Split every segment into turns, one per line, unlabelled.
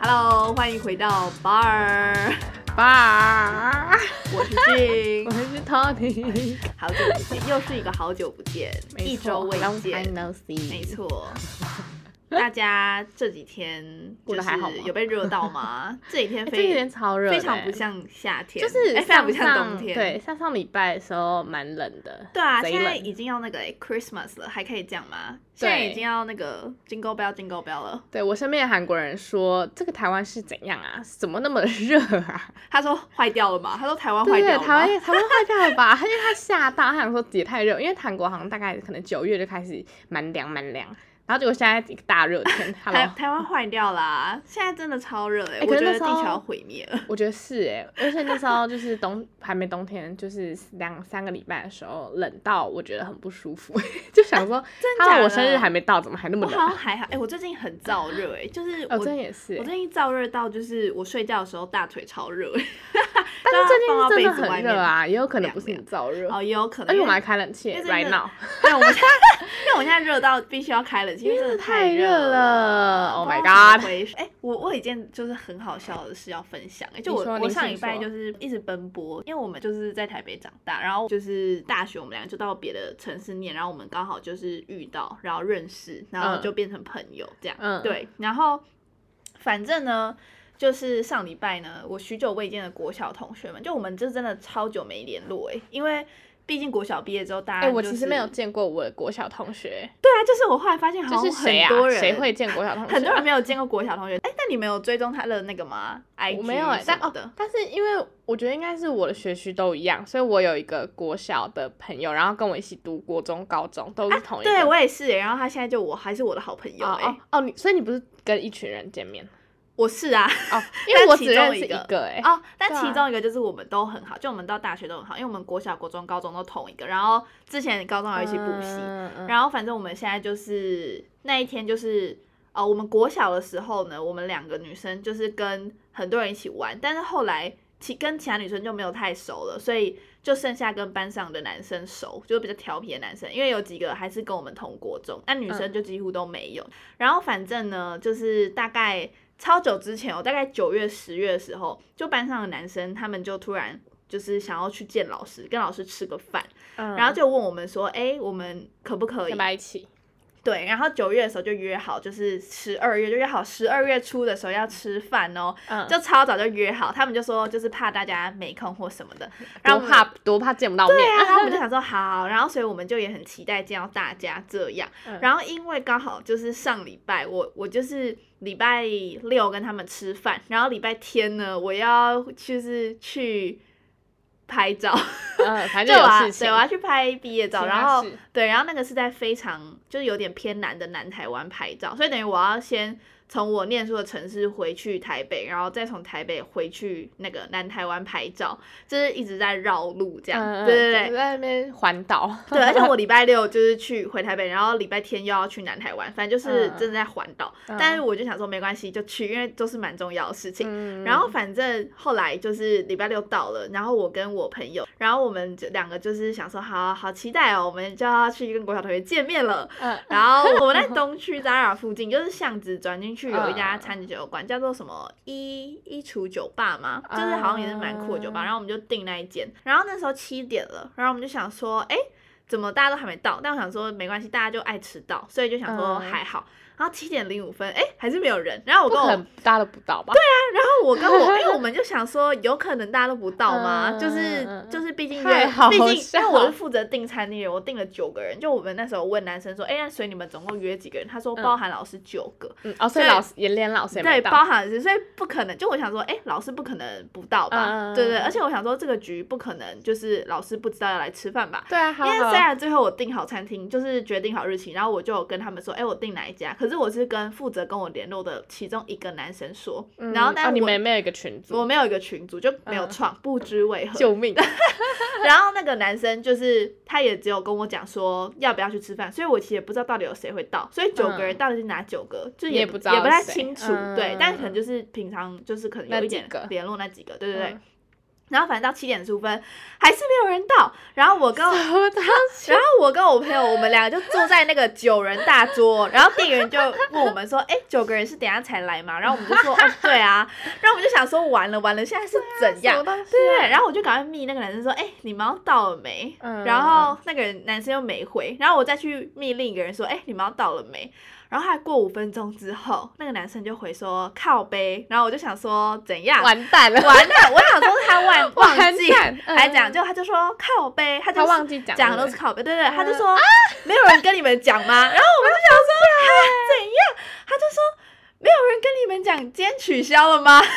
Hello，欢迎回到 Bar，
爸，
我是静
我，们是 Tony，
好久不见，又是一个好久不见，一周未见，
，No see，哎
没， 错。大家这几天
过
就
得
是
还好吗
有被热到 吗？这几天
哎这有
非
点超热的
非
欸，
常不像夏天，
就是
哎非常
上
不像冬
上
天，
对，上上礼拜的时候蛮冷的，
对啊，
贼
现在
冷
已经要那个、哎 Christmas 了，还可以这样吗？现在已经要那个 Jingle Bell Jingle Bell 了。
对我身边的韩国人说，这个台湾是怎样啊？怎么那么热啊？
他说坏掉了吗？他说台湾 坏
对
掉
对，
了
台
吗
湾也台湾坏掉了吧？ 因为他吓到，他想说也太热，因为韩国好像大概可能九月就开始蛮凉蛮凉，然后结果现在一个大热 天
台
，Hello，
台湾坏掉啦！现在真的超热哎、
哎
我
可
觉
是那
得地
时候
球要毁灭了。
我觉得是哎、而且那时候就是冬还没冬天，就是两三个礼拜的时候，冷到我觉得很不舒服， 就想说，
啊真假
哈
的
喽，我生日还没到，怎么还那
我
么冷
好像
啊？
还好哎、我最近很燥热哎、就是我、
哦，真的也是、
我
欸，
最近燥热到就是我睡觉的时候大腿超热、 欸，
但是最近
就要
是真的
放到被子外面
很热啊，也有可能不是你
凉
燥热，
哦也有可能，
而且我们还
因
开冷气
因为
，right
真的
now，
为我们现在因为我现在热到必须要开冷气，因为真的
太
热
热了
不
，Oh
知
my
道怎么
god，
回事哎、我我有一件就是很好笑的事要分享、哎，就
你
我
说
我
你
上
请
礼拜
说
就是一直奔波，因为我们就是在台北长大，然后就是大学我们俩就到别的城市念，然后我们刚好就是遇到，然后认识，然后
嗯
就变成朋友这样，
嗯
对，然后反正呢。就是上礼拜呢，我许久未见的国小同学们，就我们就真的超久没联络哎、因为毕竟国小毕业之后，大家、
哎、我其实没有见过我的国小同学，
对啊，就是我后来发现好
就
像
是谁
很
啊
多？人
谁会见国小同学？啊
很多人没有见过国小同学，哎、那你没有追踪他的那个吗？IG
我没有、欸，
什
但
么
哦
的，，
但是因为我觉得应该是我的学区都一样，所以我有一个国小的朋友，然后跟我一起读国中、高中，都是同一个。
啊对我也是、欸，然后他现在就我还是我的好朋友、
哦
欸，哎、
哦哦，你所以你不是跟一群人见面
我是啊，
哦？因为我
其
只
中
认识
一
一
个
个哎、
哦，但
对啊
其中一个就是我们都很好，就我们到大学都很好，因为我们国小、国中、高中都同一个，然后之前高哦中还有一起补习，
嗯嗯
然后反正我们现在就是那一天就是。哦，我们国小的时候呢，我们两个女生就是跟很多人一起玩，但是后来其跟其他女生就没有太熟了，所以就剩下跟班上的男生熟，就比较调皮的男生，因为有几个还是跟我们同国中，但女生就几乎都没有。然后反正呢，就是大概超久之前哦，大概九月、十月的时候，就班上的男生他们就突然就是想要去见老师，跟老师吃个饭，
嗯
然后就问我们说，哎、我们可不可以
要不？要一起？
对，然后九月的时候就约好，就是十二月就约好，十二月初的时候要吃饭哦，
嗯，
就超早就约好。他们就说就是怕大家没空或什么的，然后
多
我们
怕多怕见不到面。
对啊，然后我 们就想说好，然后所以我们就也很期待见到大家这样。
嗯
然后因为刚好就是上礼拜我我就是礼拜六跟他们吃饭，然后礼拜天呢我要就是去拍照，
嗯，反
对，我
正有
要
事情
啊对，我。要去拍毕业照，
其
然
他
后
事
对，然后那个是在非常就是有点偏南的南台湾拍照，所以等于我要先从我念书的城市回去台北，然后再从台北回去那个南台湾拍照，就是一直在绕路这样，
嗯，嗯
对对对
就。在那边环 岛。
对，而且我礼拜六就是去回台北，然后礼拜天又要去南台湾，反正就是
嗯
真的在环岛。
嗯
但是我就想说没关系，就去，因为都是蛮重要的事情。
嗯
然后反正后来就是礼拜六到了，然后我跟我朋友，然后我们就两个就是想说，好好期待哦，我们就要去跟国小同学见面了。
嗯
然后我们在东区 Zara 附近，就是巷子转进去有一
嗯
家餐酒馆，叫做什么一一厨酒吧嘛，就是好像也是蛮酷的酒吧。
啊
然后我们就订那一间，然后那时候七点了，然后我们就想说，哎，怎么大家都还没到？但我想说没关系，大家就爱迟到，所以就想说
嗯
还好。然后七点零五分，哎，还是没有人。然后我
不
跟我
可能搭得不到吧？对
然后我跟我， 因为我们就想说，有可能大家都不到吗？
嗯
就是
嗯嗯
就是，毕竟
太
约
好
毕竟
笑
因为我是负责订餐厅的人，我订了九个人。就我们那时候问男生说，哎、那所以你们总共约几个人？他说包含老师九个，
嗯，哦，所以
对
老师也连老师也
对，
嗯没
包
到。
含老师，所以不可能。就我想说，哎、老师不可能不到吧？
嗯嗯嗯
对对，而且我想说这个局不可能就是老师不知道要来吃饭吧？
对啊，
因
好
为
好
虽。然最后我订好餐厅，就是决定好日期，然后我就有跟他们说，哎、我订哪一家？可是我是跟负责跟我联络的其中一个男生说，
嗯
然后但
哦，你
我
们也没有一个群组
我，没有一个群组，就没有
嗯
创，不知为何。
救命！
然后那个男生就是他也只有跟我讲说要不要去吃饭，所以我其实也不知道到底有谁会到，所以九个人到底是哪九个，就
你
也
嗯也
不
不知道
也不太
是谁
清楚，对
嗯，
但可能就是平常就是可能有
那
一点
几个
联络那几个，对对对。
嗯
然后反正到七点十五分还是没有人到，然后我跟我
什么东西？
然后我跟我朋友，我们两个就坐在那个九人大桌，然后店员就问我们说：“哎、九个人是等一下才来嘛？”然后我们就说：“哦，对啊。”然后我们就想说：“完了完了，现在是怎
啊什
样
么？”东西？
对啊对，然后我就赶快密那个男生说：“哎、你们要到了没？”
嗯
然后那个人男生又没回，然后我再去密另一个人说：“哎、你们要到了没？”然后他过五分钟之后，那个男生就回说：“靠呗。”然后我就想说：“怎样？”
完蛋了，
完蛋！我想说是他忘
完
忘记，
蛋 嗯
还讲就他就说靠背，他就
他忘记讲
讲
了
的都是靠背，对对对，
嗯啊
他就说没有人跟你们讲吗？然后我们就想说他怎样，他就说没有人跟你们讲今天取消了吗？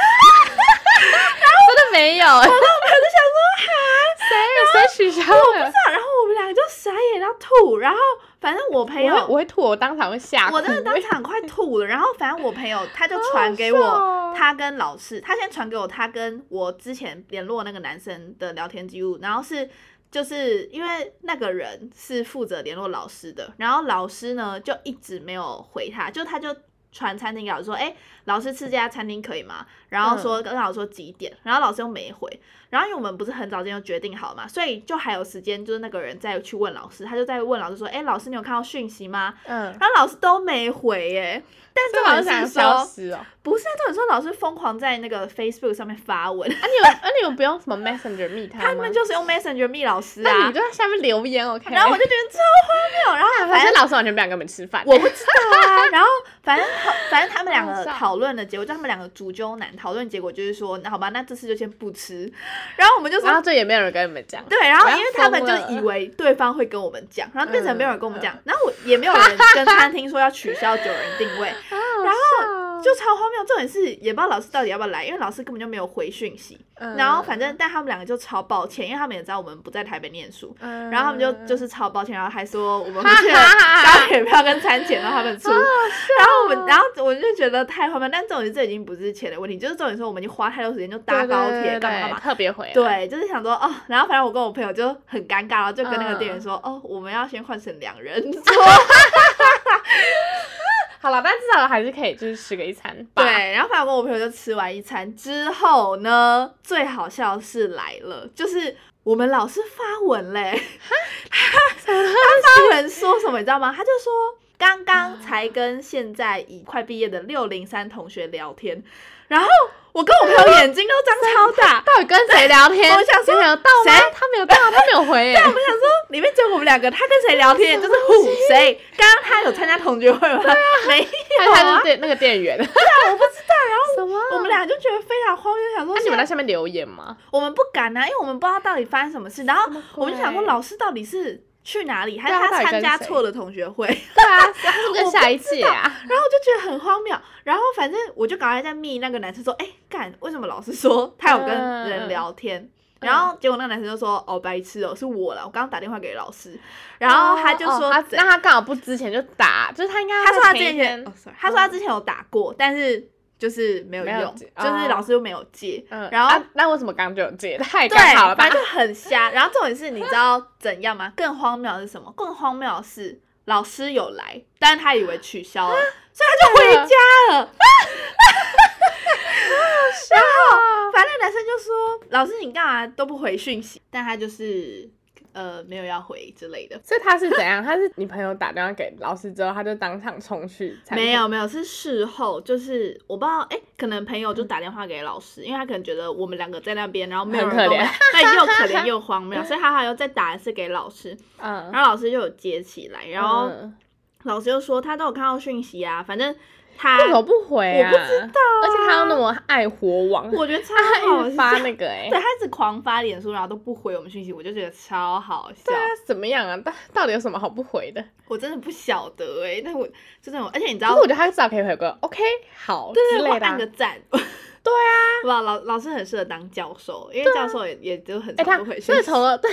真的没有。我都没有，就想说，哈，谁谁取消了？
然后我们两个就傻眼到吐，然后反正我朋
我会
友
我会吐，我当场会吓哭。
我真的当场快吐了，然后反正我朋友他就传给
好好笑哦
我他跟老师，他先传给我他跟我之前联络那个男生的聊天记录，然后是就是因为那个人是负责联络老师的，然后老师呢就一直没有回他，就他就。传餐厅给老师说，哎、老师吃这家餐厅可以吗？然后
嗯
说跟老师说几点，然后老师又没回，然后因为我们不是很早之前就决定好嘛，所以就还有时间，就是那个人再去问老师，他就在问老师说，哎、老师你有看到讯息吗？
嗯，
然后老师都没回耶。但
这
重
好
点
像
是
消
说，
失哦。
不是啊，重点说老师疯狂在那个 Facebook 上面发文，
啊，你有啊，你有不用什么 Messenger 密他吗？
他们就是用 Messenger 密老师
那
啊
你。就在下面留言，OK？
然后我就觉得超荒谬，然后
啊反
反
正
正
老师完全不想跟我们吃饭。
我不知道 啊，然后反正反正他们两
好
个
笑
讨论的结果，就他们两个主纠男讨论结果就是说，那好吧，那这次就先不吃。然后我们就
然后
说。
这也没有人跟你们讲。
对，然后
我要
因为他们
疯
就
了
以为对方会跟我们讲，然后变成没有人跟我们
嗯
讲，然后我也没有人跟餐厅说要取消九人定位，
然后
就超荒谬。重点是也不知道老师到底要不要来，因为老师根本就没有回讯息。
嗯
然后反正，但他们两个就超抱歉，因为他们也知道我们不在台北念书，
嗯，
然后他们就就是是超抱歉，然后还说我们会去 高铁票跟餐钱让他们出。
哦
然后我们，然后我就觉得太荒谬。但重点是这已经不是钱的问题，就是重点说我们已经花太多时间就搭高铁干嘛干
对
嘛。
特别回来。
对，就是想说哦，然后反正我跟我朋友就很尴尬，然后就跟那个
嗯
店员说、哦，我们要先换成两人 座。
好了，但至少还是可以就是吃个一餐吧。，
对，然后反正我跟我朋友就吃完一餐之后呢，最好笑的是来了，就是我们老师发文嘞，他发文说什么你知道吗？他就说。刚刚才跟现在已快毕业的六零三同学聊天，然后我跟我朋友眼睛都张超大，
到底跟谁聊天？
我想说
有到吗
谁？
他没有到，啊他没有回耶。欸
我们想说里面只有我们两个，他跟谁聊 天就是唬谁。刚刚他有参加同学会吗？
啊
没
还
有
是他
啊
是。店那个店员？对啊，我不知道。然后什么？
我们俩就觉得非常荒谬，想说
那你
现
们
在
在下面留言吗？
我们不敢啊，因为我们不知道到底发生什么事。然后
什么鬼
我们就想说，老师到底是去哪里，还
对啊
是
到底
他
跟
参加
谁
错了同学会？
对啊， 他是不是跟下一届啊？
然后我就觉得很荒谬。然后反正我就赶快在密那个男生说，哎、干，为什么老师说他有跟人聊天？
嗯
然后结果那个男生就说：“哦，白痴哦，是我啦，我刚刚打电话给老师。”然后他就说
哦他
怎
那他刚好不之前就打，就是他应该
他说他
在
之
前一
前
天，
哦，sorry，他说他之前有打过，但是就是没有
没有哦
用，
接
就是老师又没有接。
嗯，
然后
啊那为什么刚刚就有接？太
对
刚好了，吧
反？正就很瞎。然后重点是，你知道怎样吗？更荒谬的是什么？更荒谬的是，老师有来，但是他以为取消了，所以他就回家 了。
哦
反正男生就说：“老师，你干嘛都不回讯息？”但他就是呃没有要回之类的。
所以他是怎样？他是你朋友打电话给老师之后，他就当场冲去餐厅？
没有没有，是事后，就是我不知道，哎、可能朋友就打电话给老师，因为他可能觉得我们两个在那边，然后没有人
很可
跟我
怜
们， 那又可怜又荒谬，所以他还要再打一次给老师，
嗯，嗯，
然后老师就有接起来，然后
嗯
老师就说他都有看到讯息啊，反正他
为什么不回啊？
我不知道
而且他又那么爱火网，
我 觉得超
他
好
还一直发
笑，
那个 哎、
对他啊一直狂发脸书，然后都不回我们讯息，我就觉得超好笑
对，啊，怎么样啊？到到底有什么好不回的？
我真的不晓得哎、但我就那种，而且你知
可
道
是我觉得他至少可以回个 OK 好
对
之
对，或
类的啊、
按个赞。 对啊，哇，老老师很适合当教授，因为教授也、也就很
啊哎、
常
他
不回
所
讯
以
息。
从了对，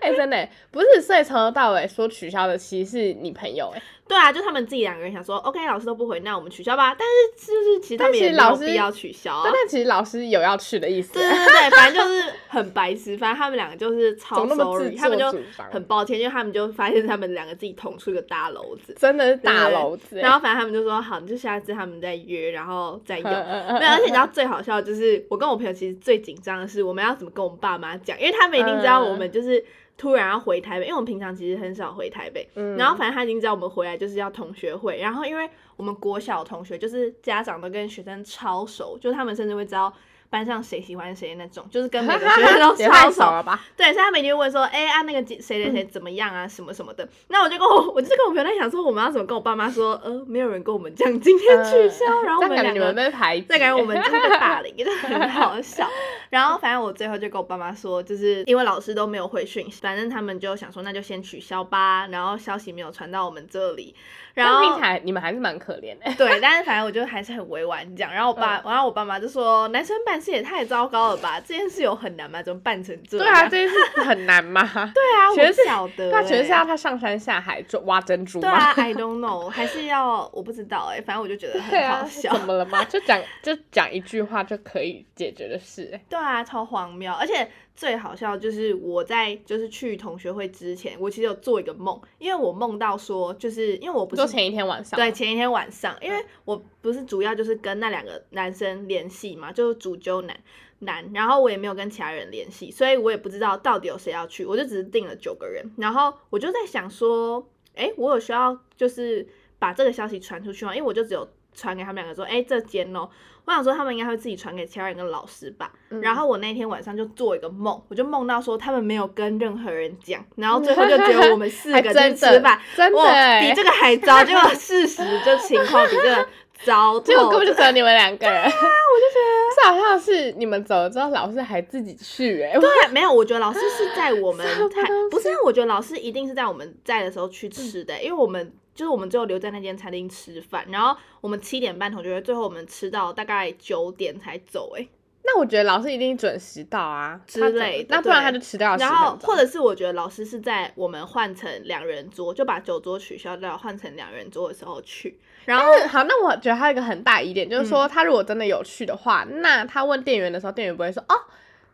哎、这真的欸、不是，所以从头到尾说取消的其实是你朋友哎、
对啊，就他们自己两个人想说，OK，老师都不回，那我们取消吧。但是就是其实他们
但是
也没有
老师
必要取消啊
但。但其实老师有要去的意思
对
欸、
对对，反正就是很白痴，反正他们两个就是
怎
超
么那么自
sorry，他们就
作主张？啊
很抱歉，因为他们就发现他们两个自己捅出一个大篓 子。
真的是大
对
篓子欸、
然后反正他们就说好，你就下次他们再约，然后 再用。
没
没有，而且你知道最好笑的就是，我跟我朋友其实最紧张的是，我们要怎么跟我们爸妈讲，因为他们一定知道
嗯
我们就是突然要回台北，因为我们平常其实很少回台北。
嗯
然后 反正他已经知道我们回来就是要同学会，然后因为我们国小同学就是家长都跟学生超熟，就是他们甚至会知道班上谁喜欢谁那种，就是跟每个学 生都
也太
超熟
少。了吧？
对，所以他每天问说，哎、啊那个谁谁
嗯
谁怎么样啊，什么什么的。那我就跟我，我就跟我朋友在想说，我们要怎么跟我爸妈说，呃，没有人跟我们讲今天取消，然后我
但
们
呃感觉
两
你
个
们被排挤欸，
再感觉我们真的被霸凌，真的 很好笑。然后反正我最后就跟我爸妈说，就是因为老师都没有回讯息，反正他们就想说那就先取消吧。然后消息没有传到我们这里，然
但听
后
起来你们还是蛮可怜的、
对，但是反正我就还是很委婉讲。然后我
嗯
爸，然后我爸妈就说男生办事也太糟糕了吧，这件事有很难吗？怎么办成这样？
对啊，这件事很难吗？对，
对 啊，我
全
不
是
晓得、
那全是
欸
要他上山下海抓挖珍珠
对
吗？
啊，I don't know，还是要我不知道哎、反正我就觉得
对
很
啊，
好
是
笑。
怎么了吗？就讲就讲一句话就可以解决的事、欸，
对啊，超荒谬！而且最好笑的就是我在就是去同学会之前，我其实有做一个梦，因为我梦到说，就是因为我不
就是前一天晚上，嗯
对，前一天晚上，因为我不是主要就是跟那两个男生联系嘛，就是主揪男男，然后我也没有跟其他人联系，所以我也不知道到底有谁要去，我就只是定了九个人，然后我就在想说，哎，我有需要就是把这个消息传出去吗？因为我就只有传给他们两个说，哎，这间哦，我想说他们应该会自己传给其他人跟老师吧，
嗯
然后我那天晚上就做一个梦，我就梦到说他们没有跟任何人讲，然后最后就只有我们四
还
个
真
去
的
吃饭，
真的
哇
欸
比这个还糟， 结果事实就情况比这个啊糟
结果
透
根
了。
本 就只有你们两个人。我就觉得最好笑的是你们走了之后，老师还自己去、欸，哎，
对啊，没有，我觉得老师是在我们
什么
还
东
不是，啊我觉得老师一定是在我们在的时候
嗯
去吃的、欸因为我们就是我们只有留在那间餐厅吃饭，然后我们七点半同学会，最后我们吃到大概九点才走、哎。
那我觉得老师一定准时到啊
之
他准
类的
那不然
对
他就迟到了
然
10
后
分钟
或者是我觉得老师是在我们换成两人桌，就把酒桌取消掉，换成两人桌的时候去。然后
但是哦好，那我觉得还有一个很大疑点，就是说
嗯
他如果真的有去的话，那他问店员的时候，店员不会说哦，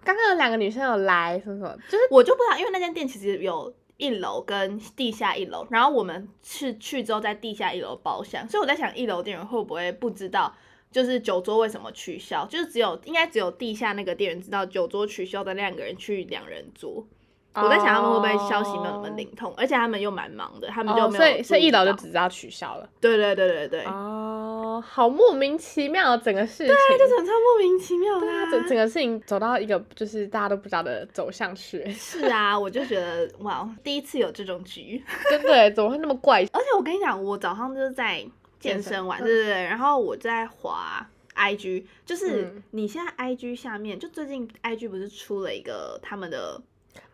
刚刚有两个女生有来什么什么，就是
我就不知道，因为那间店其实有一楼跟地下一楼，然后我们是去之后在地下一楼包厢，所以我在想一楼店员会不会不知道。就是酒桌为什么取消？就是只有应该只有地下那个店员知道酒桌取消的两个人去两人桌。
哦
我在想他们会不会消息没有那么灵通，而且他们又蛮忙的，他们就
哦，
没有、
所以所以一楼就只知道取消了。
对对对对对，啊
哦，好莫名其妙哦，整个事情。对
这种超莫名其妙的、
对啊，整整个事情走到一个就是大家都不知道的走向去，
是啊，我就觉得哇，哦第一次有这种局，
真的耶怎么会那么怪？
而且我跟你讲，我早上就是在健身完，
健身嗯
对对对，然后我在滑 IG，就是
嗯
你现在 IG 下面，就最近 IG 不是出了一个他们的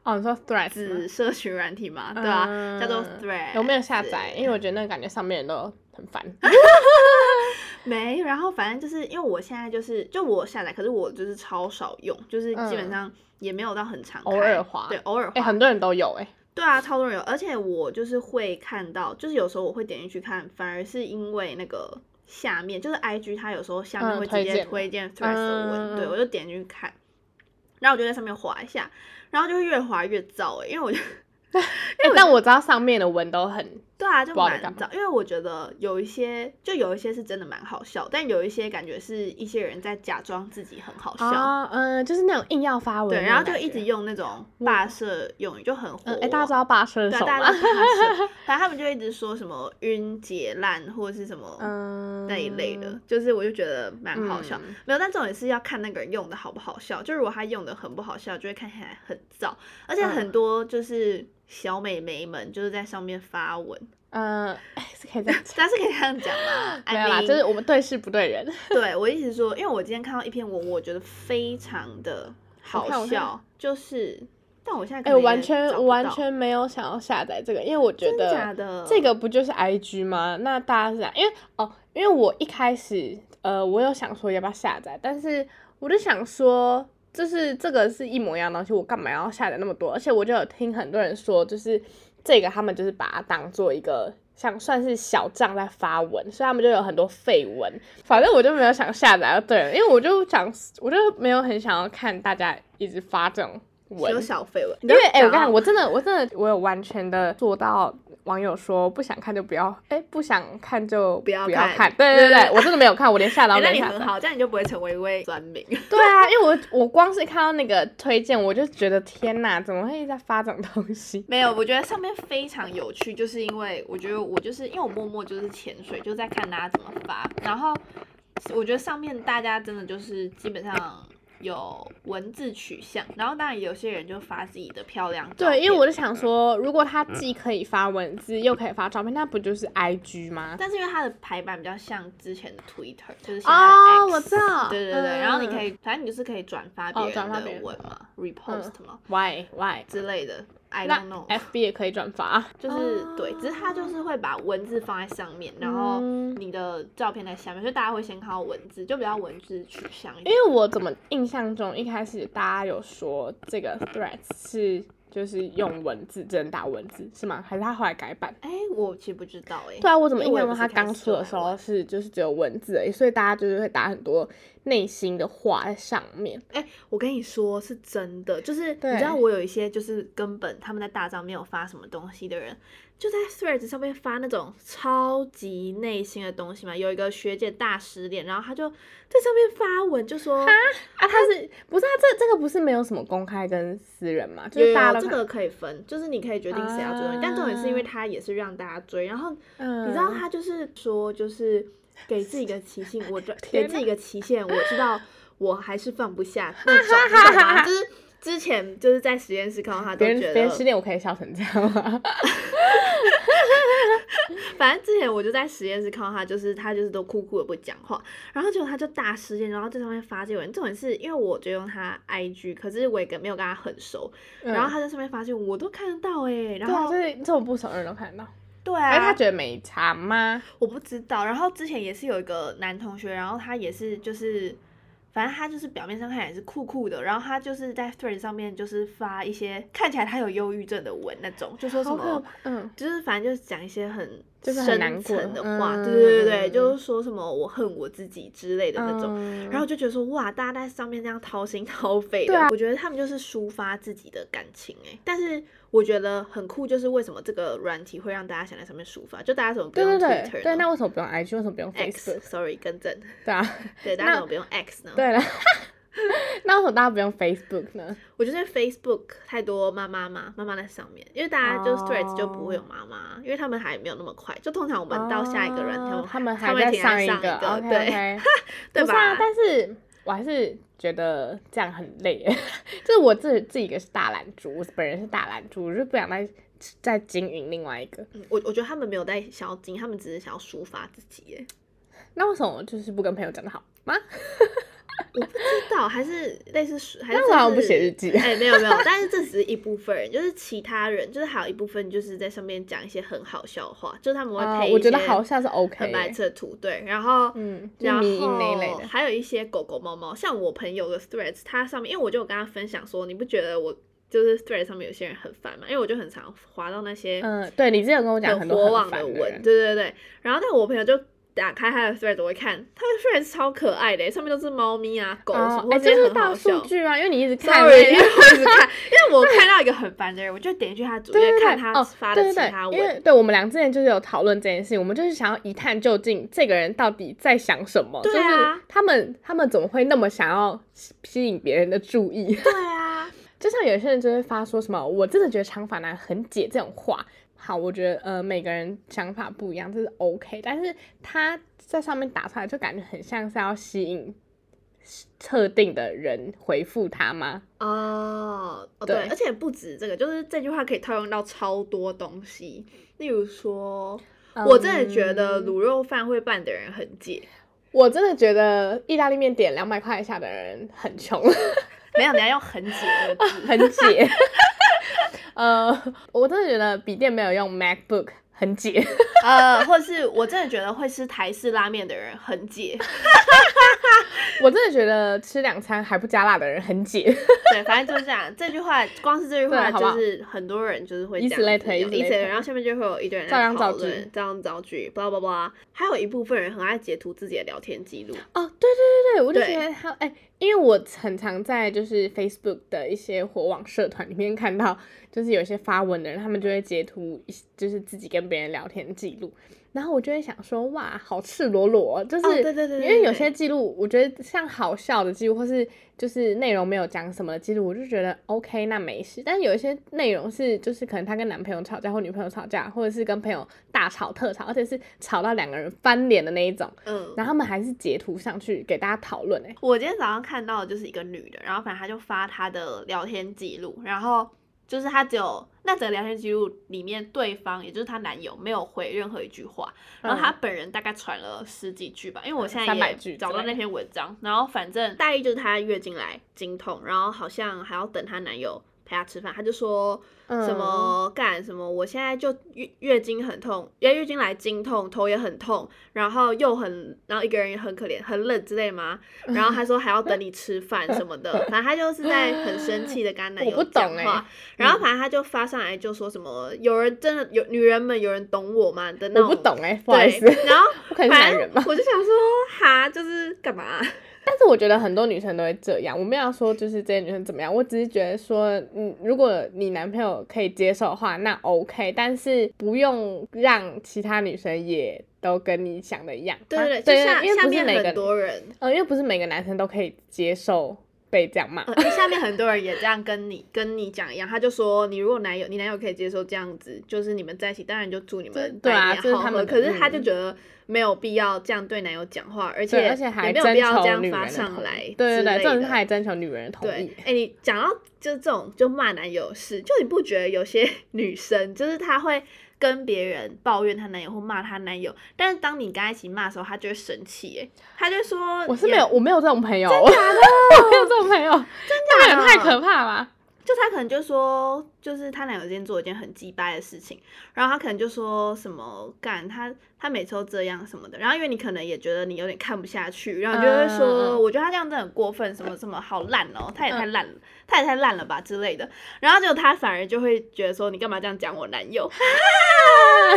哦，你说 Threads 吗
子社群软体嘛，对吧、
嗯
叫做 Thread，
有没有下载？因为我觉得那个感觉上面人都 很烦。
没，然后反正就是因为我现在就是就我下载，可是我就是超少用，就是基本
嗯
上也没有到很常开，
偶尔滑
对，偶尔滑，
哎，很多人都 有哎，
对啊，超多人有，而且我就是会看到，就是有时候我会点进去看，反而是因为那个下面就是 IG，它有时候下面
嗯
会直
推
接
荐
推荐 Threads 的文，
嗯
对我就点进去看，然后我就在上面滑一下，然后就会越滑越燥欸，因为我就
哎但我知道上面的文都很
对啊，就
不知道在
蛮
干嘛
燥，因为我觉得有一些就有一些是真的蛮好笑，但有一些感觉是一些人在假装自己很好笑，
啊，嗯，就是那种硬要发文的
对，
那种感觉，
然后就一直用那种霸社用语，就很火
嗯，
我。
哎，大家知道八车
对啊，
手
大
吗
家？都怕水反正他们就一直说什么晕解烂或者是什么
嗯，
那一类的，就是我就觉得蛮好笑。
嗯
没有，但重点是要看那个人用的好不好笑。就如果他用的很不好笑，就会看起来很燥，而且
嗯
很多就是小美眉们就是在上面发文，
嗯，哎，是可以这样讲。
但是可以这样讲啦
没
，I
有啦，
mean，
就是我们对事不对人。
对我意思是说，因为我今天看到一篇文，我觉得非常的
我
好
看我看
笑，就是，但我现在可
哎、
能
我
也
完全
找
我
不
完
到
全没有想要下载这个，因为我觉
真的假
得
的
这个不就是 I G 吗？那大家是想，因为哦，因为我一开始呃，我有想说要不要下载，但是我就想说，就是这个是一模一样的东西，我干嘛要下载那么多？而且我就有听很多人说，就是这个他们就是把它当做一个像算是小账在发文，所以他们就有很多废文。反正我就没有想下载，就对了，因为我就想，我就没有很想要看大家一直发这种文
只有。小绯闻。
因为哎、
你
我跟
讲啊
你讲，
到
我真的，我真的，我有完全的做到网友说不想看就不要，哎、不想看就
不要
不要
看
看，对对
对
对，
对
我真的没有看，我连下载
哎
都
那
没
你
下
很
载。
好，这样你就不会成为一位酸 民。
对啊，因为我我光是看到那个推荐，我就觉得天哪，怎么会在发这种 东西？
没有，我觉得上面非常有趣，就是因为我觉得我就是因为我默默就是潜水，就在看大家怎么发。然后我觉得上面大家真的就是基本上有文字取向，然后当然有些人就发自己的漂亮照片。
对，因为我就想说，如果它既可以发文字，又可以发照片，那不就是 I G 吗？
但是因为它的排版比较像之前的 Twitter，就是现在的 X,
哦，我知道。
对对对，然后你可
以
以，反正你就是可以转发
哦
别
转
人
发别
的
人
文嘛、r e p o s t 嘛
why why？
之类的，I
那
don't know。
F B 也可以转发，
就是、
哦
对，只是它就是会把文字放在上面，然后
嗯
你的照片在下面，所以大家会先看到文字，就比较文字取向一
因
点。
为我怎么印象中一开始大家有说这个 Threads 是就是用文字，只能打文字是吗？还是他后来改版？
哎、我其实不知道哎、
对啊，我怎么
因
印
为
象
我也
中
不
它
是啊开
刚
始
出
就
的
来
时候
玩
是就是只有文字而已，所以大家就是会打很多内心的话在上面。
哎、我跟你说是真的，就是你
对
知道我有一些就是根本他们在大账没有发什么东西的人，就在 Threads 上面发那种超级内心的东西嘛。有一个学姐大失恋，然后她就在上面发文，就说
啊，它是不是啊？这这个不是没有什么公开跟私人嘛？就
有
是大
有
家
这
都看
个可以分，就是你可以决定谁要追踪你，但重点是因为她也是让大家追，然后
嗯
你知道他就是说，就是给自己一个期限，我 知给
天
自己
哪
一个期限，我知道我还是放不 下那种，你懂吗？就是之前就是在实验室看到他都
别人
觉
别人失
得，
恋，我可以笑成这样吗？
反正之前我就在实验室看到他，就是他就是都酷酷的不讲话，然后结果他就大失恋，然后在上面发这文，重点是因为我追踪他 IG，可是我也跟没有跟他很熟，然后他在上面发现我都看得到哎、然
对啊，
后
嗯啊就是这种不熟的人都看得到，
对
而
啊，
且他觉得没差吗？
我不知道。然后之前也是有一个男同学，然后他也是就是，反正他就是表面上看起来是酷酷的，然后他就是在 Thread 上面就是发一些看起来他有忧郁症的文那种，就说什
好可
么
怕，嗯，
就是反正就是讲一些很
就是很难
深
过
层的话，
嗯
对对对
嗯
对，
嗯
就是说什么我恨我自己之类的那种。
嗯
然后我就觉得说哇，大家在上面这样掏心 掏肺的，
对啊
我觉得他们就是抒发自己的感情哎、但是我觉得很酷，就是为什么这个软体会让大家想在上面抒发，就大家怎么不
对
用
对
Twitter
对对，
呢
那为什么不用 IG？为什么不用 Facebook？
X，sorry 更正，
对啊，
对，大
那
家怎么不用 X 呢？
对了， 那为什么大家不用 Facebook 呢？
我觉得 Facebook 太多妈妈嘛，妈妈在上面，因为大家就是 Threads
哦
就不会有妈妈因为他们还没有那么快，就通常我们到下一个人，
哦
他
他
们
们
他
还
们
在
停
上
在上一
个
个，
，OK，
对
OK
对
不是啊
吧，？
但是我还是觉得这样很累耶， 就是我自己自己一个是大懒猪，我本人是大懒猪，我就不想再再经营另外一个。
嗯我我觉得他们没有在想要精，他们只是想要抒发自己欸耶。
那为什么我就是不跟朋友讲的好吗？
我不知道，还是类似书，还是
那我好像
这
不
是
写日记
哎、没有没有，但是这只是一部分人，就是其他人，就是还有一部分就是在上面讲一些很好笑的话，就是他们会
啊
配、一
我觉得
些
好像是 OK
很白
耶
痴的图，对，然后
嗯就
然
迷因那一类
后
的
还有一些狗狗猫猫，像我朋友的 Threads，它上面，因为我就有跟他分享说，你不觉得我就是 Threads 上面有些人很烦嘛？因为我就很常滑到那些
嗯，对你之前有跟我讲很
火
多
网
很烦
文，
人，
对对对。然后但我朋友就打开他的 thread，我会看他的 thread 超可爱的，上面都是猫咪啊、狗什么，
哦，
或
哎，
者
这
是
是
很好
大
笑
数。据啊，因为你一直看
Sorry，因为
那个
我一直看，因为我看到一个很烦的人，我就点进去他主页
对对
看
对
他
哦
发的
对
其
对
他
对，
文。
因为对我们俩之前就是有讨论这件事情，我们就是想要一探究竟，这个人到底在想什么，
对啊
就是他们他们怎么会那么想要吸吸引别人的注意？
对啊，
就像有些人就会发说什么“我真的觉得长发男很解”这种话。好，我觉得呃每个人想法不一样，这是 OK，但是他在上面打出来就感觉很像是要吸引特定的人回复他吗？
哦，哦
对
对，而且不止这个，就是这句话可以套用到超多东西，例如说，我真的觉得
嗯
卤肉饭会拌的人很解，
我真的觉得意大利面点两百块以下的人很穷，
没有，你要用很解这个字。
很解。呃，我真的觉得笔电没有用 MacBook 很很解，
呃，或者是我真的觉得会吃台式拉面的人很解，
我真的觉得吃两餐还不加辣的人很解。
对，反正就是这样。这句话光是这句话
对好不
就
好
是很多人就是会
Is
这样
later,
子用
is
is
later
然后下面就会有一堆人
照
在
样
讨
造句
论，这样造句，巴拉巴拉。还有一部分人很爱截图自己的聊天记录，
哦，对对对对，我就
对
觉得他哎、因为我很常在就是 Facebook 的一些火网社团里面看到，就是有一些发文的人，他们就会截图一，就是自己跟别人聊天记录，然后我就会想说，哇，好赤裸裸哦，就是、
哦对对对对
因为有
对
些记录，我觉得像好笑的记录，或是就是内容没有讲什么的记录，我就觉得 OK，那没事。但有一些内容是，就是可能她跟男朋友吵架，或女朋友吵架，或者是跟朋友大吵特吵，而且是吵到两个人翻脸的那一种。
嗯。
然后他们还是截图上去给大家讨论哎，
我今天早上看到的就是一个女的，然后反正她就发她的聊天记录，然后就是她只有那则聊天记录里面对方，也就是她男友没有回任何一句话，然
嗯
后她本人大概传了十几句吧，因为我现在
300
也
嗯句
找到
之类
那
的
篇文章，然后反正大意就是她月经来经痛，然后好像还要等她男友陪她吃饭，她就说
嗯
什么干什么，我现在就月月经很痛，月月经来经痛，头也很痛，然后又很，然后一个人也很可怜，很冷之类吗？然后她说还要等你吃饭什么的，反正她就是在很生气的跟她男
我
友
不
讲
懂欸
话，然后反正她就发上来就说什么有人真的有女人们有人懂我吗的那
我
种，
不懂哎，不好意思，
对，然 后
我可能是
反
男
正
人吧。
我就想说哈，就是干嘛、啊
但是我觉得很多女生都会这样，我没有说就是这些女生怎么样，我只是觉得说，嗯，如果你男朋友可以接受的话，那 OK，但是不用让其他女生也都跟你想的一样。
对
啊
对
对
对，就下
因为
下
不是
面
每
很
个，
多人，
呃，因为不是每个男生都可以接受被这样骂。
呃，下面很多人也这样跟你跟你讲一样，他就说你如果男友你男友可以接受这样子，就是你们在一起，当然就祝你们
对啊
百年
这是
好
他
合
们的
可是他就
嗯
觉得没有必要这样对男友讲话，而
对，
且
而且还
也没有必
征
要这
求
样
女
发
人的
上
同
来之类
意
的。
对对对，重点是他还征求女人的同意
对，。哎、你讲到就是这种就骂男友是，就你不觉得有些 女生就是她会跟别人抱怨她男友或骂她男友，但是当你跟她一起骂的时候，她就会生气，哎，她就会说
我是
也
没有，，我没有这种朋友，我没有这种朋友，真
假的
太可怕了吧。
就她可能就说，就是她男友今天做一件很鸡掰的事情，然后她可能就说什么干她她每次都这样什么的，然后因为你可能也觉得你有点看不下去，然后你就会
嗯嗯
说，
嗯
我觉得她这样真的很过分，什么什么好烂哦，她也太
嗯
烂了，她也太烂了吧之类的，然后就她反而就会觉得说，你干嘛这样讲我男 友？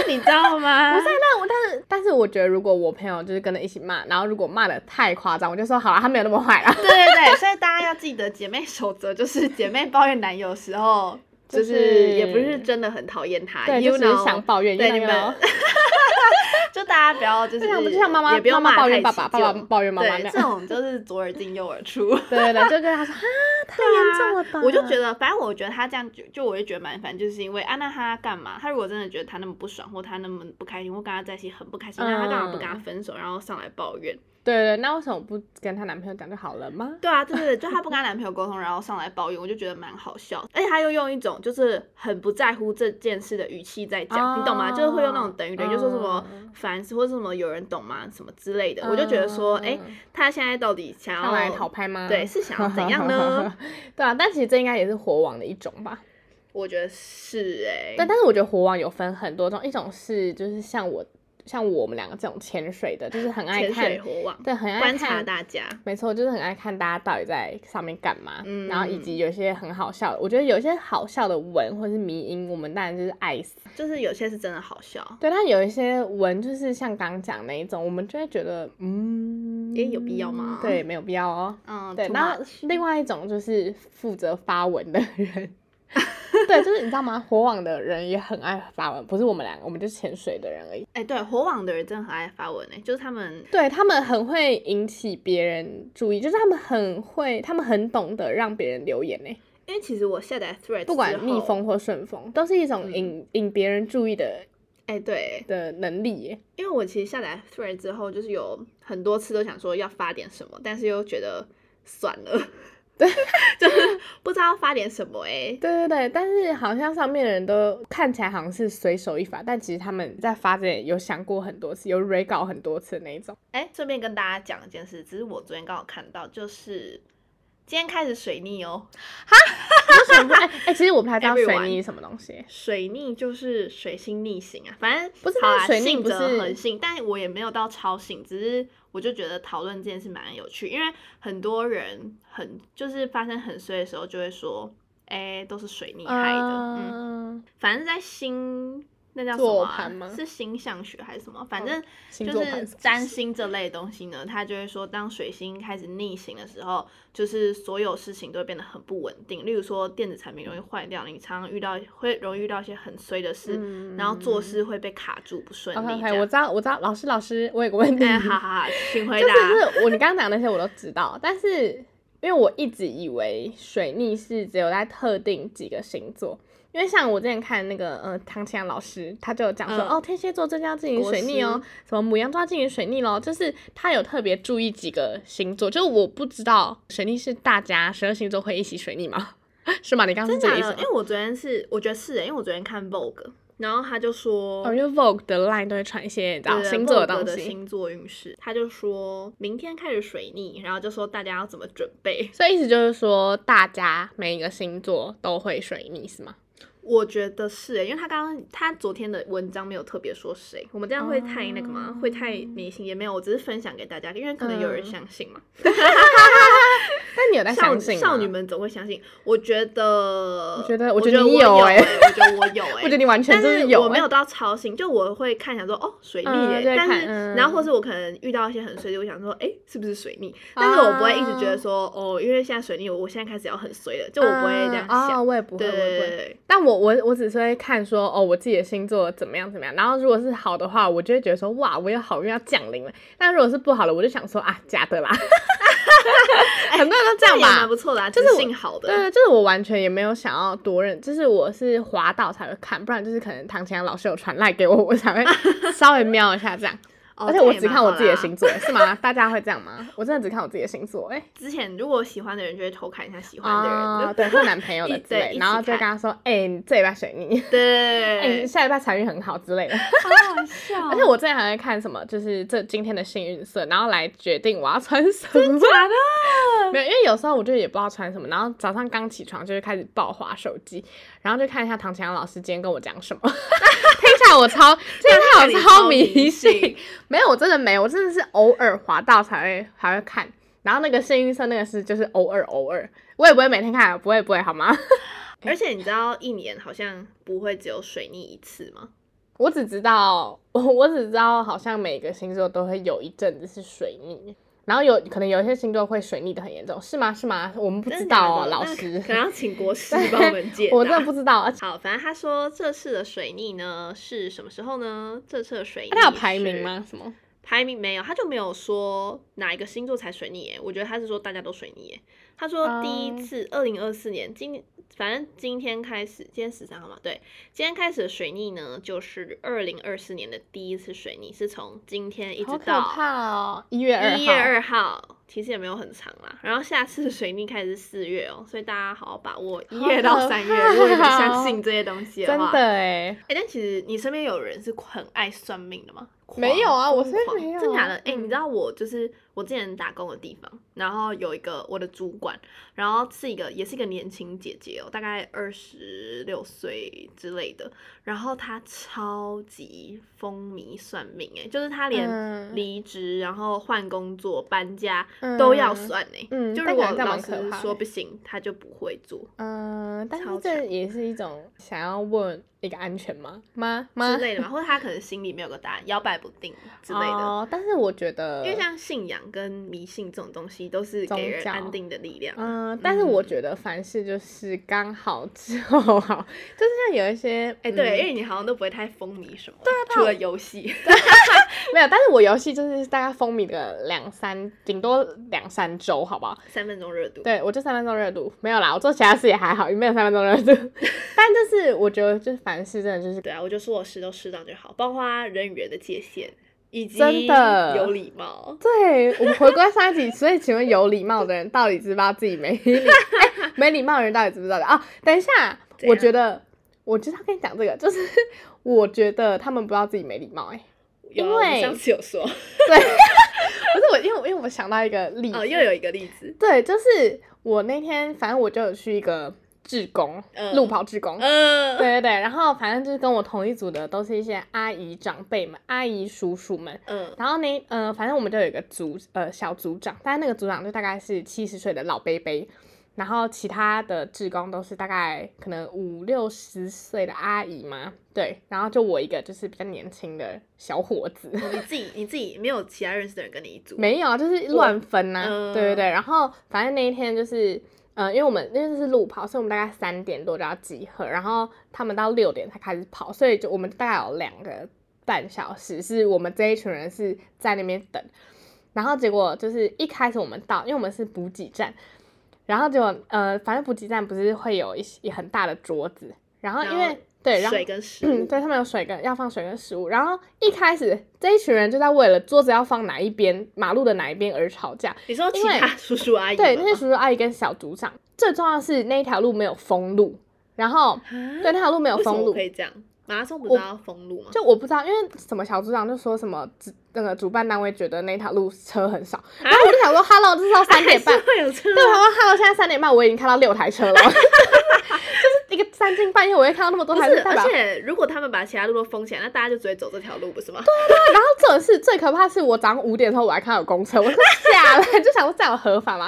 你知道吗？
不是，但我但是但是，我觉得如果我朋友就是跟着一起骂，然后如果骂的太夸张，我就说好了，他没有那么坏啦。
对对对，所以大家要记得姐妹守则，就是姐妹抱怨男友的时候，就
就是
是也不是真的很讨厌他，
对，
you
就只
know,
是想抱怨，
对
因为
你
那个
们就大家不要就是
就像就像妈妈
也不用
妈妈
骂
抱
太
怨爸
急
爸，爸爸
就
抱怨妈妈那
对，这
样。
种就是左耳进右耳出。
对啊对对，就跟他说啊，太严重了吧？
我就觉得，反正我觉得他这样就就我就觉得蛮烦，就是因为啊，那他干嘛？他如果真的觉得他那么不爽，或他那么不开心，或跟他在一起很不开心，那他干嘛不
嗯
跟他分手，然后上来抱怨？
对对，对那为什么不跟她男朋友讲就好了吗？
对啊，对对对，就她不跟她男朋友沟通，然后上来抱怨，我就觉得蛮好笑。而且她又用一种就是很不在乎这件事的语气在讲，你懂吗？就是会用那种等于等于，就说什么
嗯
烦死，或者什么有人懂吗，什么之类的。我就觉得说，哎、
嗯
她现在到底想要
上来讨拍吗？
对，是想要怎样呢？？
对啊，但其实这应该也是火网的一种吧。
我觉得是哎、
但但是我觉得火网有分很多种，一种是就是像我像我们两个这种潜水的，就是很爱
潜
看
水，火网，
对，很爱
观察
看。
大家。
没错，就是很爱看大家到底在上面干嘛，
嗯
然后以及有些很好笑的，我觉得有些好笑的文或者是迷音，我们当然就是爱死。
就是有些是真的好笑，
对，但有一些文就是像刚讲那一种，我们就会觉得，嗯，
诶有必要吗
对，没有必要哦。
嗯，
对，
too
然后
much
另外一种就是负责发文的人， 对，就是你知道吗？火网的人也很爱发文，不是我们两个，我们就是潜水的人而已。
哎、对，火网的人真的很爱发文哎、就是他们
对他们很会引起别人注意，就是他们很会，他们很懂得让别人留言呢、
因为其实我下载 Threads
不管
之
逆
后
风或顺风，都是一种
嗯
引、引别人注意的
哎、对，
的能力耶、
因为我其实下载 Thread 之后，就是有很多次都想说要发点什么，但是又觉得算了，对， 就是不知道发点什么哎、
对对对，但是好像上面的人都看起来好像是随手一发，但其实他们在发之前有想过很多次，有 re 稿很多次的那一种。
哎，顺便跟大家讲一件事，只是我昨天刚好看到，就是今天开始水逆哦。
水逆哎、哎其实我不太知道水
Everyone
逆是什么东西。
水逆就是水星逆行啊，反正
不是
好
那
啦，
水逆
信
不
则
是
恒信，但我也没有到超信，只是我就觉得讨论这件事蛮有趣，因为很多人很就是发生很衰的时候就会说，哎、都是水逆害的，嗯，
嗯，
反正在星那叫什么
座
啊、
盘吗
是星象学还是什么？反
嗯
正
星
就
座盘
是
什么
占星这类东西呢，它就会说，当水星开始逆行的时候，就是所有事情都会变得很不稳定。例如说，电子产品容易坏掉，你常常遇到会容易遇到一些很衰的事，
嗯哦
然后做事会被卡住不顺利
OK
这
OK，我
样
知。道我知道，老师老师，我有个问题，
哎，哈哈哈，请回
就
答。
是就是我你刚刚讲的那些我都知道，但是因为我一直以为水逆是只有在特定几个星座，因为像我之前看那个呃唐奇阳老师，他就有讲说、
嗯
哦天蝎座最近要进行水逆
国
哦，什么母羊座要进行水逆咯，就是他有特别注意几个星座，就是我不知道水逆是大家十二星座会一起水逆吗？ 是吗？你刚
真
刚是这
假
个
的啊
意思吗
因？为我昨天是，我觉得是、因为我昨天看 Vogue，然后他就说，
哦，因为 Vogue 的 line 都会传一些你知道
对
星座啊的
Vogue
东
的
西，
星座运势，他就说明天开始水逆，然后就说大家要怎么准备。
所以意思就是说大家每一个星座都会水逆是吗？
我觉得是、欸，因为他刚刚他昨天的文章没有特别说谁，我们这样会太那个吗会太迷信也没有，我只是分享给大家，因为可能有人
哦嗯
相信嘛。
但你有在
少
相信吗啊
少女们总会相信，我觉得，
我觉得
我
我
觉
觉得你
有
有
欸
欸
我觉得我 有哎、
我觉得你完全
但
就是
是
有
我没
欸
有到超信，就我会看想说哦水逆
嗯
耶、
就会
但是、
看嗯
然后或是我可能遇到一些很衰的，我想说哎、是不是水逆？但是我不会一直觉得
啊
说、哦，因为现在水逆，我我现在开始要很衰了，就我不会这样
啊、
想。
哦，我也不会，
对
我
对
也不
对
会。
对，
但我我我只是会看说，哦，我自己的星座怎么样怎么样。然后如果是好的话，我就会觉得说，哇，我有好运要降临了。但如果是不好的，我就想说啊，假的啦。 很多人都这样
哎也蛮
吧
不。错的、啊，
就是
只
我
幸好的。
对，就是我完全也没有想要多认，就是我是滑到才会看，不然就是可能唐青阳老师有传赖给我，我才会稍微瞄一下这样。
哦
而且
这样
我
也
只
蛮
看
好啊
我自己的
啦
星座，是 吗？大家会这样吗？我真的只看我自己的星座，哎、
之前如果喜欢的人就会偷看一下喜欢的人，
啊，
对
对，或男朋友
一
的之
对一
类，
起
然后就
看
跟他说，哎、你这礼拜水逆，哎、
对 哦
你，下礼拜财运很好之类的。
好好笑
而且我之前还会看什么，就是这今天的幸运色，然后来决定我要穿什么。
假的，啊
没有，因为有时候我就也不知道穿什么，然后早上刚起床就会开始爆滑手机，然后就看一下唐强老师今天跟我讲什么。 听起来我 超，这
看
看
起来
我
你超
啊超
迷
迷
信
信。哎没有，我真的没有，我真的是偶尔滑到才会才会看。然后那个幸运色那个是就是偶尔偶尔，我也不会每天看，不会不会好吗？
而且你知道一年好像不会只有水逆一次吗？
我只知道，我我只知道，好像每个星座都会有一阵子是水逆，然后有可能有一些星座会水逆的很严重，是吗？是吗？我们不知
真的
道
假
哦，
的
老
那
师，
可能要请国 师帮我们解答。
我真的不知道，而且
好，反正他说这次的水逆呢是什么时候呢？这次的水逆
啊它有排名
是？
吗？什么？
排名没有，他就没有说哪一个星座才水逆耶。我觉得他是说大家都水逆耶。他说第一
哦
次，二零二四年今反正今天开始，今天十三号嘛，对，今天开始的水逆呢，就是二零二四年的第一次水逆，是从今天一直
好可
到
怕哦！一月二
一月
号，
二号。其实也没有很长啦，然后下次水逆开始是四月哦，所以大家好好把握一
好
月到
可
三
怕
月。如果你们相
哦
信这些东西的
真
话，
的哎，
哎、但其实你身边有人是很爱算命的吗？
没有啊
狂
我身边
疯狂
没有
真假
啊
的？哎、你知道我就是我之前打工的地方，然后有一个我的主管，然后是一个也是一个年轻姐姐哦，大概二十六岁之类的，然后她超级风靡算命、哎，就是她连
嗯
离职、然后换工作、搬家都要
嗯
算呢、
嗯
就如
但
果
感觉这样
老
蛮
师
可怕
说
的
不行，她就不会做
嗯，但
超强
是这也是一种想要问一个安全吗？妈妈
之类的嘛，或者她可能心里没有个答案，摇摆不定之类的。
哦，但是我觉得，
因为像信仰跟迷信这种东西，都是
宗
给人
教
安定的力量。
嗯，但是我觉得凡事就是刚好之后好， 就是像有一些，
哎、
嗯啊
对，因为你好像都不会太风靡什么，对除了游戏。
没有，但是我游戏就是大概风靡个两三，顶多两三周，好不好？
三分钟热度。
对我就三分钟热度，没有啦，我做其他事也还好，也没有三分钟热度。 但就是我觉得，就是凡事真的就是
对啊，我就说我适都适当就好，包括人与人的界限，以及
真的
有礼貌。
对我们回归上一集，所以请问有礼貌的人到底知不知道自己没礼、 哎没礼貌的人到底知不知道的啊、等一下，
怎
我
样
觉得我就是要跟你讲这个，就是 我觉得他们不知道自己没礼貌、哎。
有啊
因
我们
为
上次有说，
对， 不是我，因为我因为
哦
我想到一个例子，
哦，又有一个例子，
对，就是我那天反正我就有去一个志工，
嗯
路跑志工。
呃，
对对对，然后反正就是跟我同一组的都是一些阿姨长辈们、阿姨叔叔们，
嗯
然后呢，呃，反正我们就有一个组，呃，小组长，但是那个组长就大概是七十岁的老伯伯，然后其他的志工都是大概可能五六十岁的阿姨嘛，对，然后就我一个就是比较年轻的小伙子，
哦你自己你自己没有其他认识的人跟你一组，
没有啊，就是乱分呐、
嗯
对对对，然后反正那一天就是。呃，因为我们因为这是路跑，所以我们大概三点多就要集合，然后他们到六点才开始跑，所以就我们大概有两个半小时是我们这一群人是在那边等，然后结果就是一开始我们到，因为我们是补给站，然后结果呃，反正补给站不是会有一些很大的桌子，然后因
然后
为对，然后
水跟食
嗯，
物，
对他们有水跟要放水跟食物，然后一开始这一群人就在为了桌子要放哪一边马路的哪一边而吵架。
你说其
因为
他叔叔阿姨
对，
们
那些
吗
叔叔阿姨跟小组长，最重要的是那一条路没有封路，然后
啊
对那条路没有
为什
封
么
路
可，以这样？马拉松不是都要封路吗？
就我不知道，因为什么小组长就说什么主那个主办单位觉得那条路车很少，然后我就想说，Hello，这是要三点半
啊还是，会有车
对，我想说 Hello，现在三点半我已经看到六台车了， 就是一个三更半夜我会看到那么多
不
台
是
车，，代
而
表
且如果他们把其他路都封起来，那大家就只会走这条路，不是吗？
然后这种事最可怕是我早上五点的时候我还看到有公车，我说下来就想说这样有合法吗？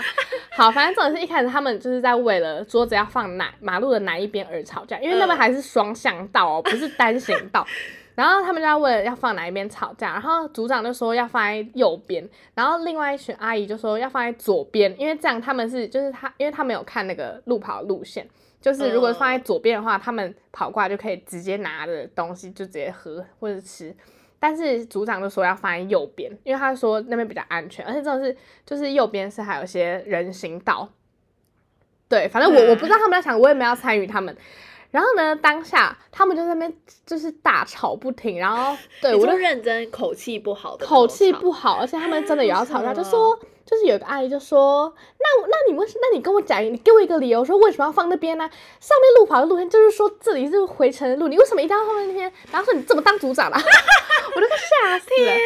好，反正这种事一开始他们就是在为了桌子要放哪马路的哪一边而吵架，因为那
嗯
边还是双向道哦，不是单行道。然后他们就在为了要放哪一边吵架，然后组长就说要放在右边，然后另外一群阿姨就说要放在左边，因为这样他们是就是他，因为他们有看那个路跑路线，就是如果放在左边的话，他们跑过来就可以直接拿的东西就直接喝或者吃。但是组长就说要放在右边，因为他说那边比较安全，而且真的是就是右边是还有一些人行道。对，反正我我不知道他们在想，我也没有要参与他们。然后呢，当下他们就在那边就是大吵不停，然后对
你
我
说
就
认真，口气不好的那种吵，
口气不好，而且他们真 的有要吵架，
啊
就说就是有个阿姨就说，那我那你为什那你跟我讲，你给我一个理由，说为什么要放那边呢、上面路跑的路线就是说这里是回程的路，你为什么一定要放那边？然后说你怎么当组长啦、啊 我就被吓死了。
天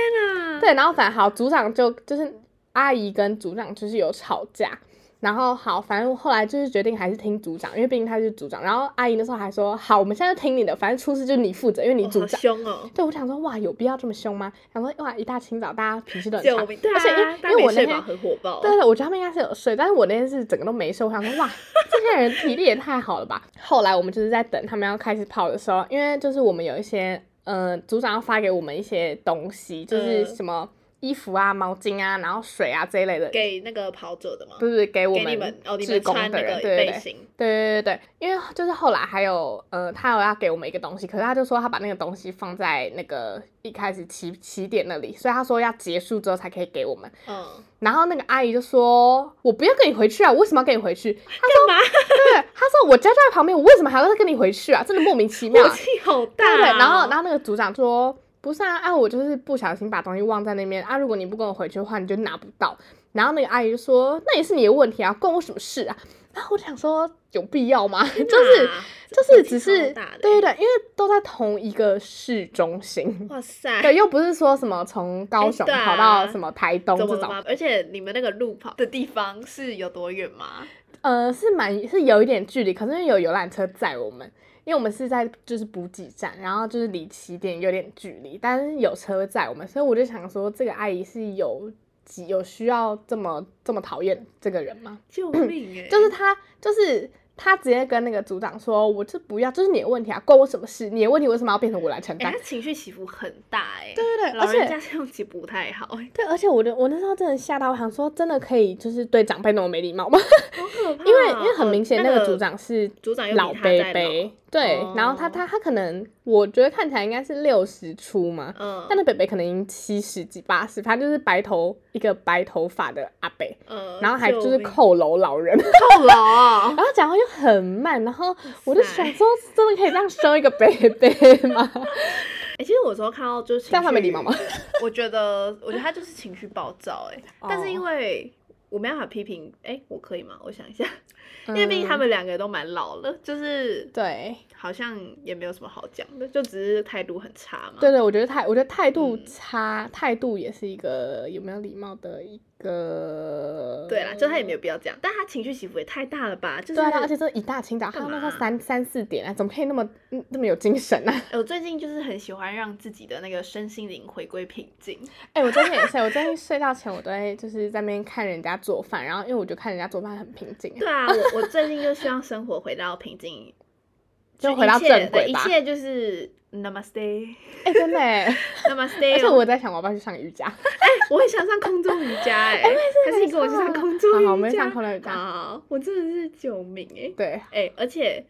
哪！
对，然后反正好，组长就就是阿姨跟组长就是有吵架，然后好，反正后来就是决定还是听组长，因为毕竟他是组长。然后阿姨那时候还说，好，我们现在就听你的，反正出事就是你负责，因为你
哦
组
好
长。
凶哦，
对，我想说，哇，有必要这么凶吗？想说，哇，一大清早大家脾气都很
救
差，
命！对
而且因
啊
为，
大
因
家
为
没
我那
睡饱，
天。
很火爆。
对对，我觉得他们应该是有睡，但是我那天是整个都没睡。我想说，哇，这些人体力也太好了吧！后来我们就是在等他们要开始跑的时候，因为就是我们有一些，呃，组长要发给我们一些东西，就是
嗯
什么衣服啊、毛巾啊，然后水啊这一类的，
给那个跑者的吗？
不是给我
给你
们
们哦，你
志
们
工
穿
的
那
人，
个
对对
背
对。
心，
对对对对，因为就是后来还有呃，他有要给我们一个东西，可是他就说他把那个东西放在那个一开始起起点那里，所以他说要结束之后才可以给我们。
嗯，
然后那个阿姨就说：“我不要跟你回去啊，我为什么要跟你回去？”他
干嘛？
对，他说：“我家就在旁边，我为什么还要再跟你回去啊？真的莫名其妙、
火
啊。”
气好大
对
哦。
对，然后然后那个组长说：“不是啊，啊我就是不小心把东西忘在那边啊，如果你不跟我回去的话，你就拿不到。”然后那个阿姨就说：“那也是你的问题啊，关我什么事啊？”然后我想说，有必要吗？ 就是
哇
就是
火气
只是
啊超大的欸
对对对，因为都在同一个市中心，
哇塞，
对，又不是说什么从高
哎
雄
对啊
跑到什么台东
怎么
这
了
种，
吗？而且你们那个路跑的地方是有多远吗？
呃，是蛮是有一点距离，可是因为有游览车载我们，因为我们是在就是补给站，然后就是离起点有点距离，但是有车载我们，所以我就想说，这个阿姨是有几有需要这么这么讨厌这个人吗？
救命哎！
就是他，就是他直接跟那个组长说：“我这不要，就是你的问题啊，关我什么事？你的问题为什么要变成我来承
哎，
担
他情绪起伏很大哎。？”
对对对，
老
而
人
且
家这样子不太好哎，
对，而且我的我那时候真的吓到，我想说，真的可以就是对长辈那么没礼貌吗？
好可怕哦。
因为因为很明显
那
个组长是
组长又比
老
他
贝
再
贝，对，然后他
哦
他他可能我觉得看起来应该是六十出嘛，
嗯，
但那北北可能已经七十几八十，他就是白头一个白头发的阿北，
呃，
然后还就是
扣
扣楼老人，
扣了 哦，
然后讲话又很慢，然后我就
塞
想说，真的可以这样生一个北北吗？
哎、其实我有时候看到就是
这样算没礼貌吗？
我觉得，我觉得他就是情绪暴躁哎、但是因
哦
为我没办法批评，哎、我可以吗？我想一下， 因
嗯
为毕竟他们两个都蛮老了，就是
对
好像也没有什么好讲的，就只是态度很差嘛。
对对，我觉得态，我觉得态度
嗯
差，态度也是一个有没有礼貌的一个。
对啦，就他也没有必要这样，但他情绪起伏也太大了吧？就是
对啊，而啊且这一大清早，他
干
那
嘛
时候三三四点啊，怎么可以那么嗯那么有精神呢、啊？
我最近就是很喜欢让自己的那个身心灵回归平静。
哎、我最近也是，我最近睡觉前我都会就是在那边看人家做饭，然后因为我觉得看人家做饭很平静，
对啊，我我最近就希望生活回到平静，
就回到
一切
正轨
对一
吧
切就是 Namaste
哎、真的哎，
Namaste 哦。
而且我在想我要不要去上瑜伽，
我很想上空中瑜伽哎、还是你跟我去上空中瑜伽？
啊好好我们去上空中瑜伽
好我真的是救命哎、
对，
哎、而且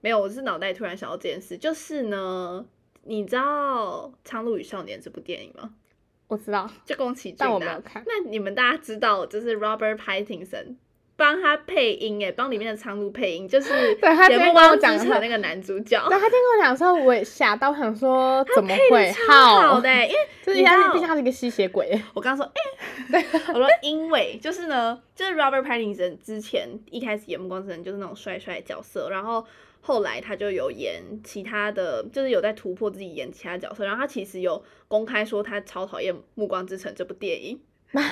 没有，我是脑袋突然想到这件事，就是呢，你知道《苍鹭与少年》这部电影吗？
我知道，
就宫崎骏的啊、
但我没有看
那你们大家知道，就是 Robert Pattinson 帮他配音哎，帮里面的苍鹭配音，就是
对他今
人
天
木
跟我
汪
讲
之
的
城
时候
那个男主角。
但他今天跟我讲的时候，我也吓到，我想说怎么会
超好的、欸，因为
就是
你知
他是
道
毕竟他是一个吸血鬼，
我刚说， 哎、我说因为就是呢，就是 Robert Pattinson 之前一开始演《暮光之城》就是那种帅帅的角色，哦然后后来他就有演其他的，就是有在突破自己演其他角色，然后他其实有公开说他超讨厌《暮光之城》这部电 影。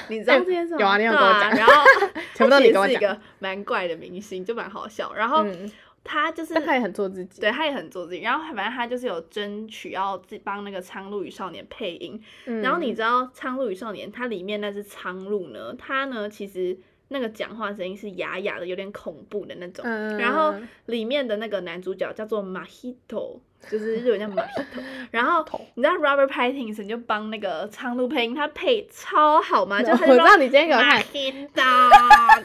你知道这件事吗？
有啊你有跟我讲
对 啊、然后
全部都你跟
他
我
其实是一
讲
个蛮怪的明星，就蛮好笑。然后
嗯，
他就是
但他也很做自己，
对，他也很做自己。然后反正他就是有争取要自帮那个《苍鹭与少年》配音，
嗯，
然后你知道《苍鹭与少年》它里面那只苍鹭呢，它呢其实那个讲话声音是哑哑的，有点恐怖的那种。
嗯，
然后里面的那个男主角叫做 Mahito，就是日文叫 Mahito。然后
头
你知道 Robert Pattinson 就帮那个苍鹭配音，他配超好 嘛，就
我
他就
知道你今天给我看
Mahito，他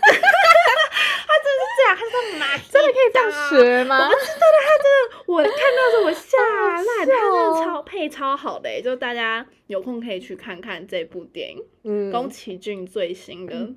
真的是 这样，他就说 Mahito，
真的可以这样学吗？
我看到的时候我吓烂，他真
好
的
笑哦
超配超好的、欸，就大家有空可以去看看这部电影，
嗯，
宫崎骏最新的作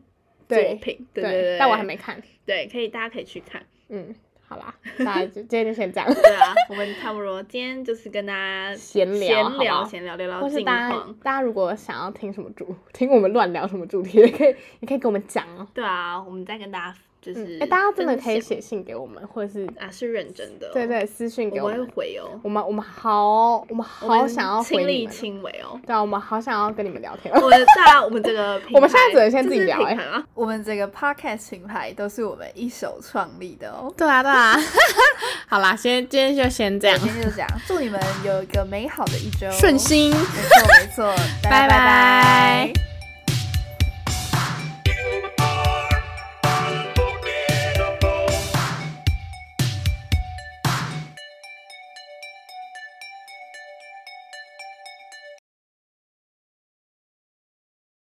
对
品，对
对
对对，
但我还没看，
对，可以大家可以去看。
嗯，好啦，大家就今天就先这样，
对啊，我们差不多今天就是跟大家
闲聊
闲
好不
聊
好
闲聊聊聊
或是
近
大家
况。
大家如果想要听什么主，听我们乱聊什么主题，也可以也可以跟我们讲哦。
对啊，我们再跟大家就是
嗯，哎，大家真的
分
可
享
以写信给我们，或者是
啊，是认真的、哦，
对，对私信给
我
我
们会
们，
回哦，
我们我们好我们
我
好
们
想要回
亲
你
力
们，
亲为哦。
对啊，我们好想要跟你们聊天。哦
我们大家，我们这 个品牌，
我们现在只能先自己聊
这是
哎
品牌吗我们这个 podcast 品牌都是我们一手创立的哦。
对啊，对啊， 好啦，先今天就先这样，
今天就这样，祝你们有一个美好的一周，
顺。心。
没错没错，
拜
拜
拜
拜